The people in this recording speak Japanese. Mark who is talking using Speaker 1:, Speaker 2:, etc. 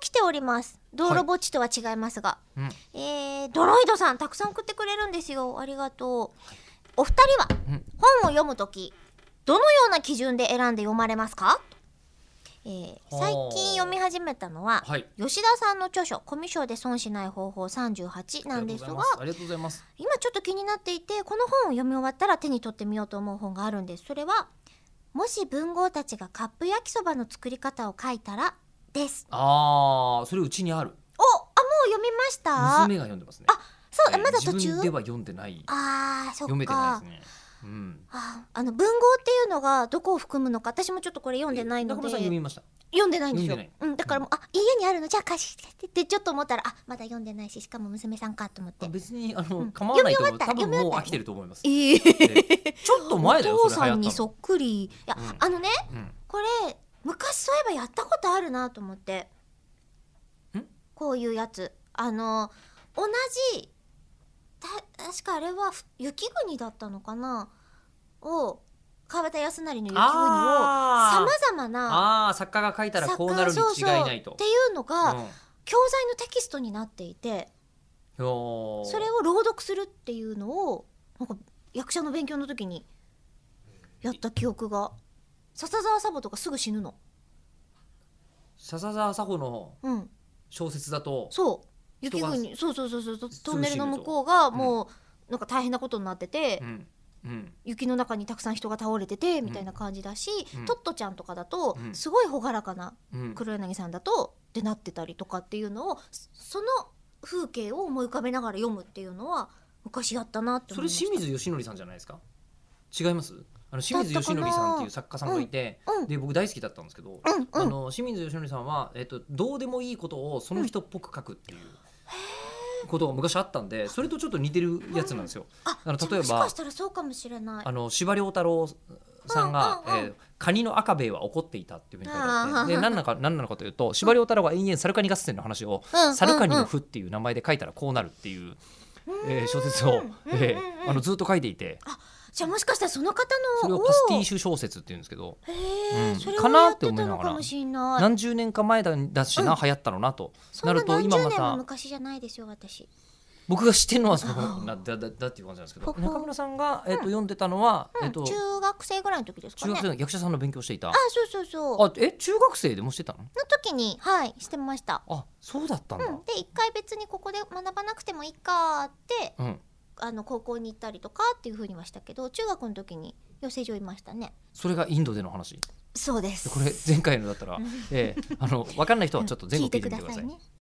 Speaker 1: 来ております道路墓地とは違いますが、
Speaker 2: うん
Speaker 1: えードロイドさんたくさん送ってくれるんですよありがとうお二人は
Speaker 2: うん
Speaker 1: 本を読むときどのような基準で選んで読まれますか、えー
Speaker 2: ほう
Speaker 1: 最近読み始めたのは、
Speaker 2: はい
Speaker 1: 吉田さんの著書「コミュ障で損しない方法38」なんですが
Speaker 2: ありがとうございます
Speaker 1: 今ちょっと気になっていてこの本を読み終わったら手に取ってみようと思う本があるんですそれは「もし文豪たちがカップ焼きそばの作り方を書いたら」です
Speaker 2: ありがとうございますあーそれうちにある
Speaker 1: おあもう読みました
Speaker 2: 娘が読んでますね
Speaker 1: あそう、
Speaker 2: えー
Speaker 1: まだ途
Speaker 2: 自
Speaker 1: 中
Speaker 2: 分では読んでない
Speaker 1: あーそっか
Speaker 2: 読めてないですねうん
Speaker 1: ああの文豪っていうのがどこを含むのか私もちょっとこれ読んでないので
Speaker 2: 中村さん読みました
Speaker 1: 読んでないんですよ
Speaker 2: 読んで
Speaker 1: うん、だからもう、あ家にあるのじゃあ貸してってってちょっと思ったらあまだ読んでないししかも娘さんかと思って
Speaker 2: 別にあ
Speaker 1: う
Speaker 2: の
Speaker 1: ん
Speaker 2: 構わないと思う多
Speaker 1: 読み終わった読み終
Speaker 2: 分もう飽
Speaker 1: わった
Speaker 2: きてると思います
Speaker 1: ええ
Speaker 2: でちょっと前だよ
Speaker 1: お父
Speaker 2: それ
Speaker 1: さ
Speaker 2: 流行
Speaker 1: んに
Speaker 2: った
Speaker 1: そ
Speaker 2: の
Speaker 1: っくりいや、
Speaker 2: うん
Speaker 1: あのね
Speaker 2: うん
Speaker 1: これ昔そういえばやったことあるなと思って
Speaker 2: ん
Speaker 1: こういうやつあの同じた確かあれはふ雪国だったのかなを川端康成の雪国を
Speaker 2: あー
Speaker 1: さまざまな
Speaker 2: ああ作家が書いたらこうなるに違いないと
Speaker 1: っていうのが、
Speaker 2: うん
Speaker 1: 教材のテキストになっていて
Speaker 2: おー
Speaker 1: それを朗読するっていうのをなんか役者の勉強の時にやった記憶が笹沢サボとかすぐ死ぬの
Speaker 2: 笹沢佐穂の
Speaker 1: うん
Speaker 2: 小説だと
Speaker 1: そう
Speaker 2: 人
Speaker 1: 雪
Speaker 2: が
Speaker 1: 国そうそうそうそうト
Speaker 2: す
Speaker 1: トンネルの向こうがもうなんか大変なことになってて、
Speaker 2: うんうん
Speaker 1: 雪の中にたくさん人が倒れててみたいな感じだし、
Speaker 2: うん
Speaker 1: トットちゃんとかだと
Speaker 2: うん
Speaker 1: すごい朗らかな
Speaker 2: うん
Speaker 1: 黒柳さんだとってなってたりとかっていうのをそその風景を思い浮かべながら読むっていうのは昔やったなって
Speaker 2: そ
Speaker 1: 思い
Speaker 2: れ
Speaker 1: ました
Speaker 2: 清水義則さんじゃないですか違いますあの清水義則さんっていう作家さんがいて、
Speaker 1: うんうん
Speaker 2: で僕大好きだったんですけど、
Speaker 1: うんうん
Speaker 2: あの清水義則さんは、えっと、どうでもいいことをその人っぽく書くっていうことが昔あったんでそれとちょっと似てるやつなんですよ。
Speaker 1: あ
Speaker 2: あの
Speaker 1: じゃあ
Speaker 2: 例えば
Speaker 1: もしかしたらそうかもしれない
Speaker 2: あの司馬遼太郎さんが、
Speaker 1: うんうんうん
Speaker 2: えーカニの赤兵衛は怒っていたっていうふうに書いてあ
Speaker 1: あ
Speaker 2: っ
Speaker 1: ー
Speaker 2: てで何なのか何なのかというと司馬遼太郎が延々サルカニ合戦の話を
Speaker 1: うんうんうん
Speaker 2: サルカニの譜っていう名前で書いたらこうなるっていう、えー小説を、え
Speaker 1: うんうんう
Speaker 2: ー
Speaker 1: ん
Speaker 2: あのずっと書いていて
Speaker 1: じゃあもしかしたらその方
Speaker 2: それ
Speaker 1: の
Speaker 2: をパスティッシュ小説っていうんですけど
Speaker 1: へえ、
Speaker 2: うん
Speaker 1: それ
Speaker 2: か
Speaker 1: を
Speaker 2: な
Speaker 1: や
Speaker 2: っ
Speaker 1: ってて
Speaker 2: 思い
Speaker 1: た
Speaker 2: な
Speaker 1: の
Speaker 2: がら
Speaker 1: かもしれない
Speaker 2: 何十年か前だだしな、流行ったのなと
Speaker 1: そ
Speaker 2: なんる
Speaker 1: な
Speaker 2: と
Speaker 1: 何十
Speaker 2: 今ま
Speaker 1: 年も
Speaker 2: た
Speaker 1: 昔じゃないですよ私
Speaker 2: 僕が知ってるのはそ
Speaker 1: あ
Speaker 2: の
Speaker 1: ー
Speaker 2: なだだだっていう感じなんですけど
Speaker 1: ほほ
Speaker 2: 中村さんが、えっと読んでたのは、
Speaker 1: うん
Speaker 2: えっと、中
Speaker 1: 中学生ぐらいの時ですかね
Speaker 2: 学生の役者さんの勉強をしていた
Speaker 1: あそうそうそうの
Speaker 2: あえ中学生でもしてたの
Speaker 1: 時にはいしてました
Speaker 2: あそうだったん
Speaker 1: う
Speaker 2: だ、
Speaker 1: んで一回別にここで学ばなくてもいいかって
Speaker 2: うん
Speaker 1: あの高校に行ったりとかっていう風にはしたけど中学の時に養成所いましたね
Speaker 2: それがインドでの話
Speaker 1: そうです
Speaker 2: これ前回のだったら、えーあの分かんない人はちょっと前
Speaker 1: 聞
Speaker 2: 後
Speaker 1: いて
Speaker 2: 聞い
Speaker 1: く
Speaker 2: てみ
Speaker 1: だ
Speaker 2: てくだ
Speaker 1: さ
Speaker 2: さ
Speaker 1: い
Speaker 2: い。
Speaker 1: ね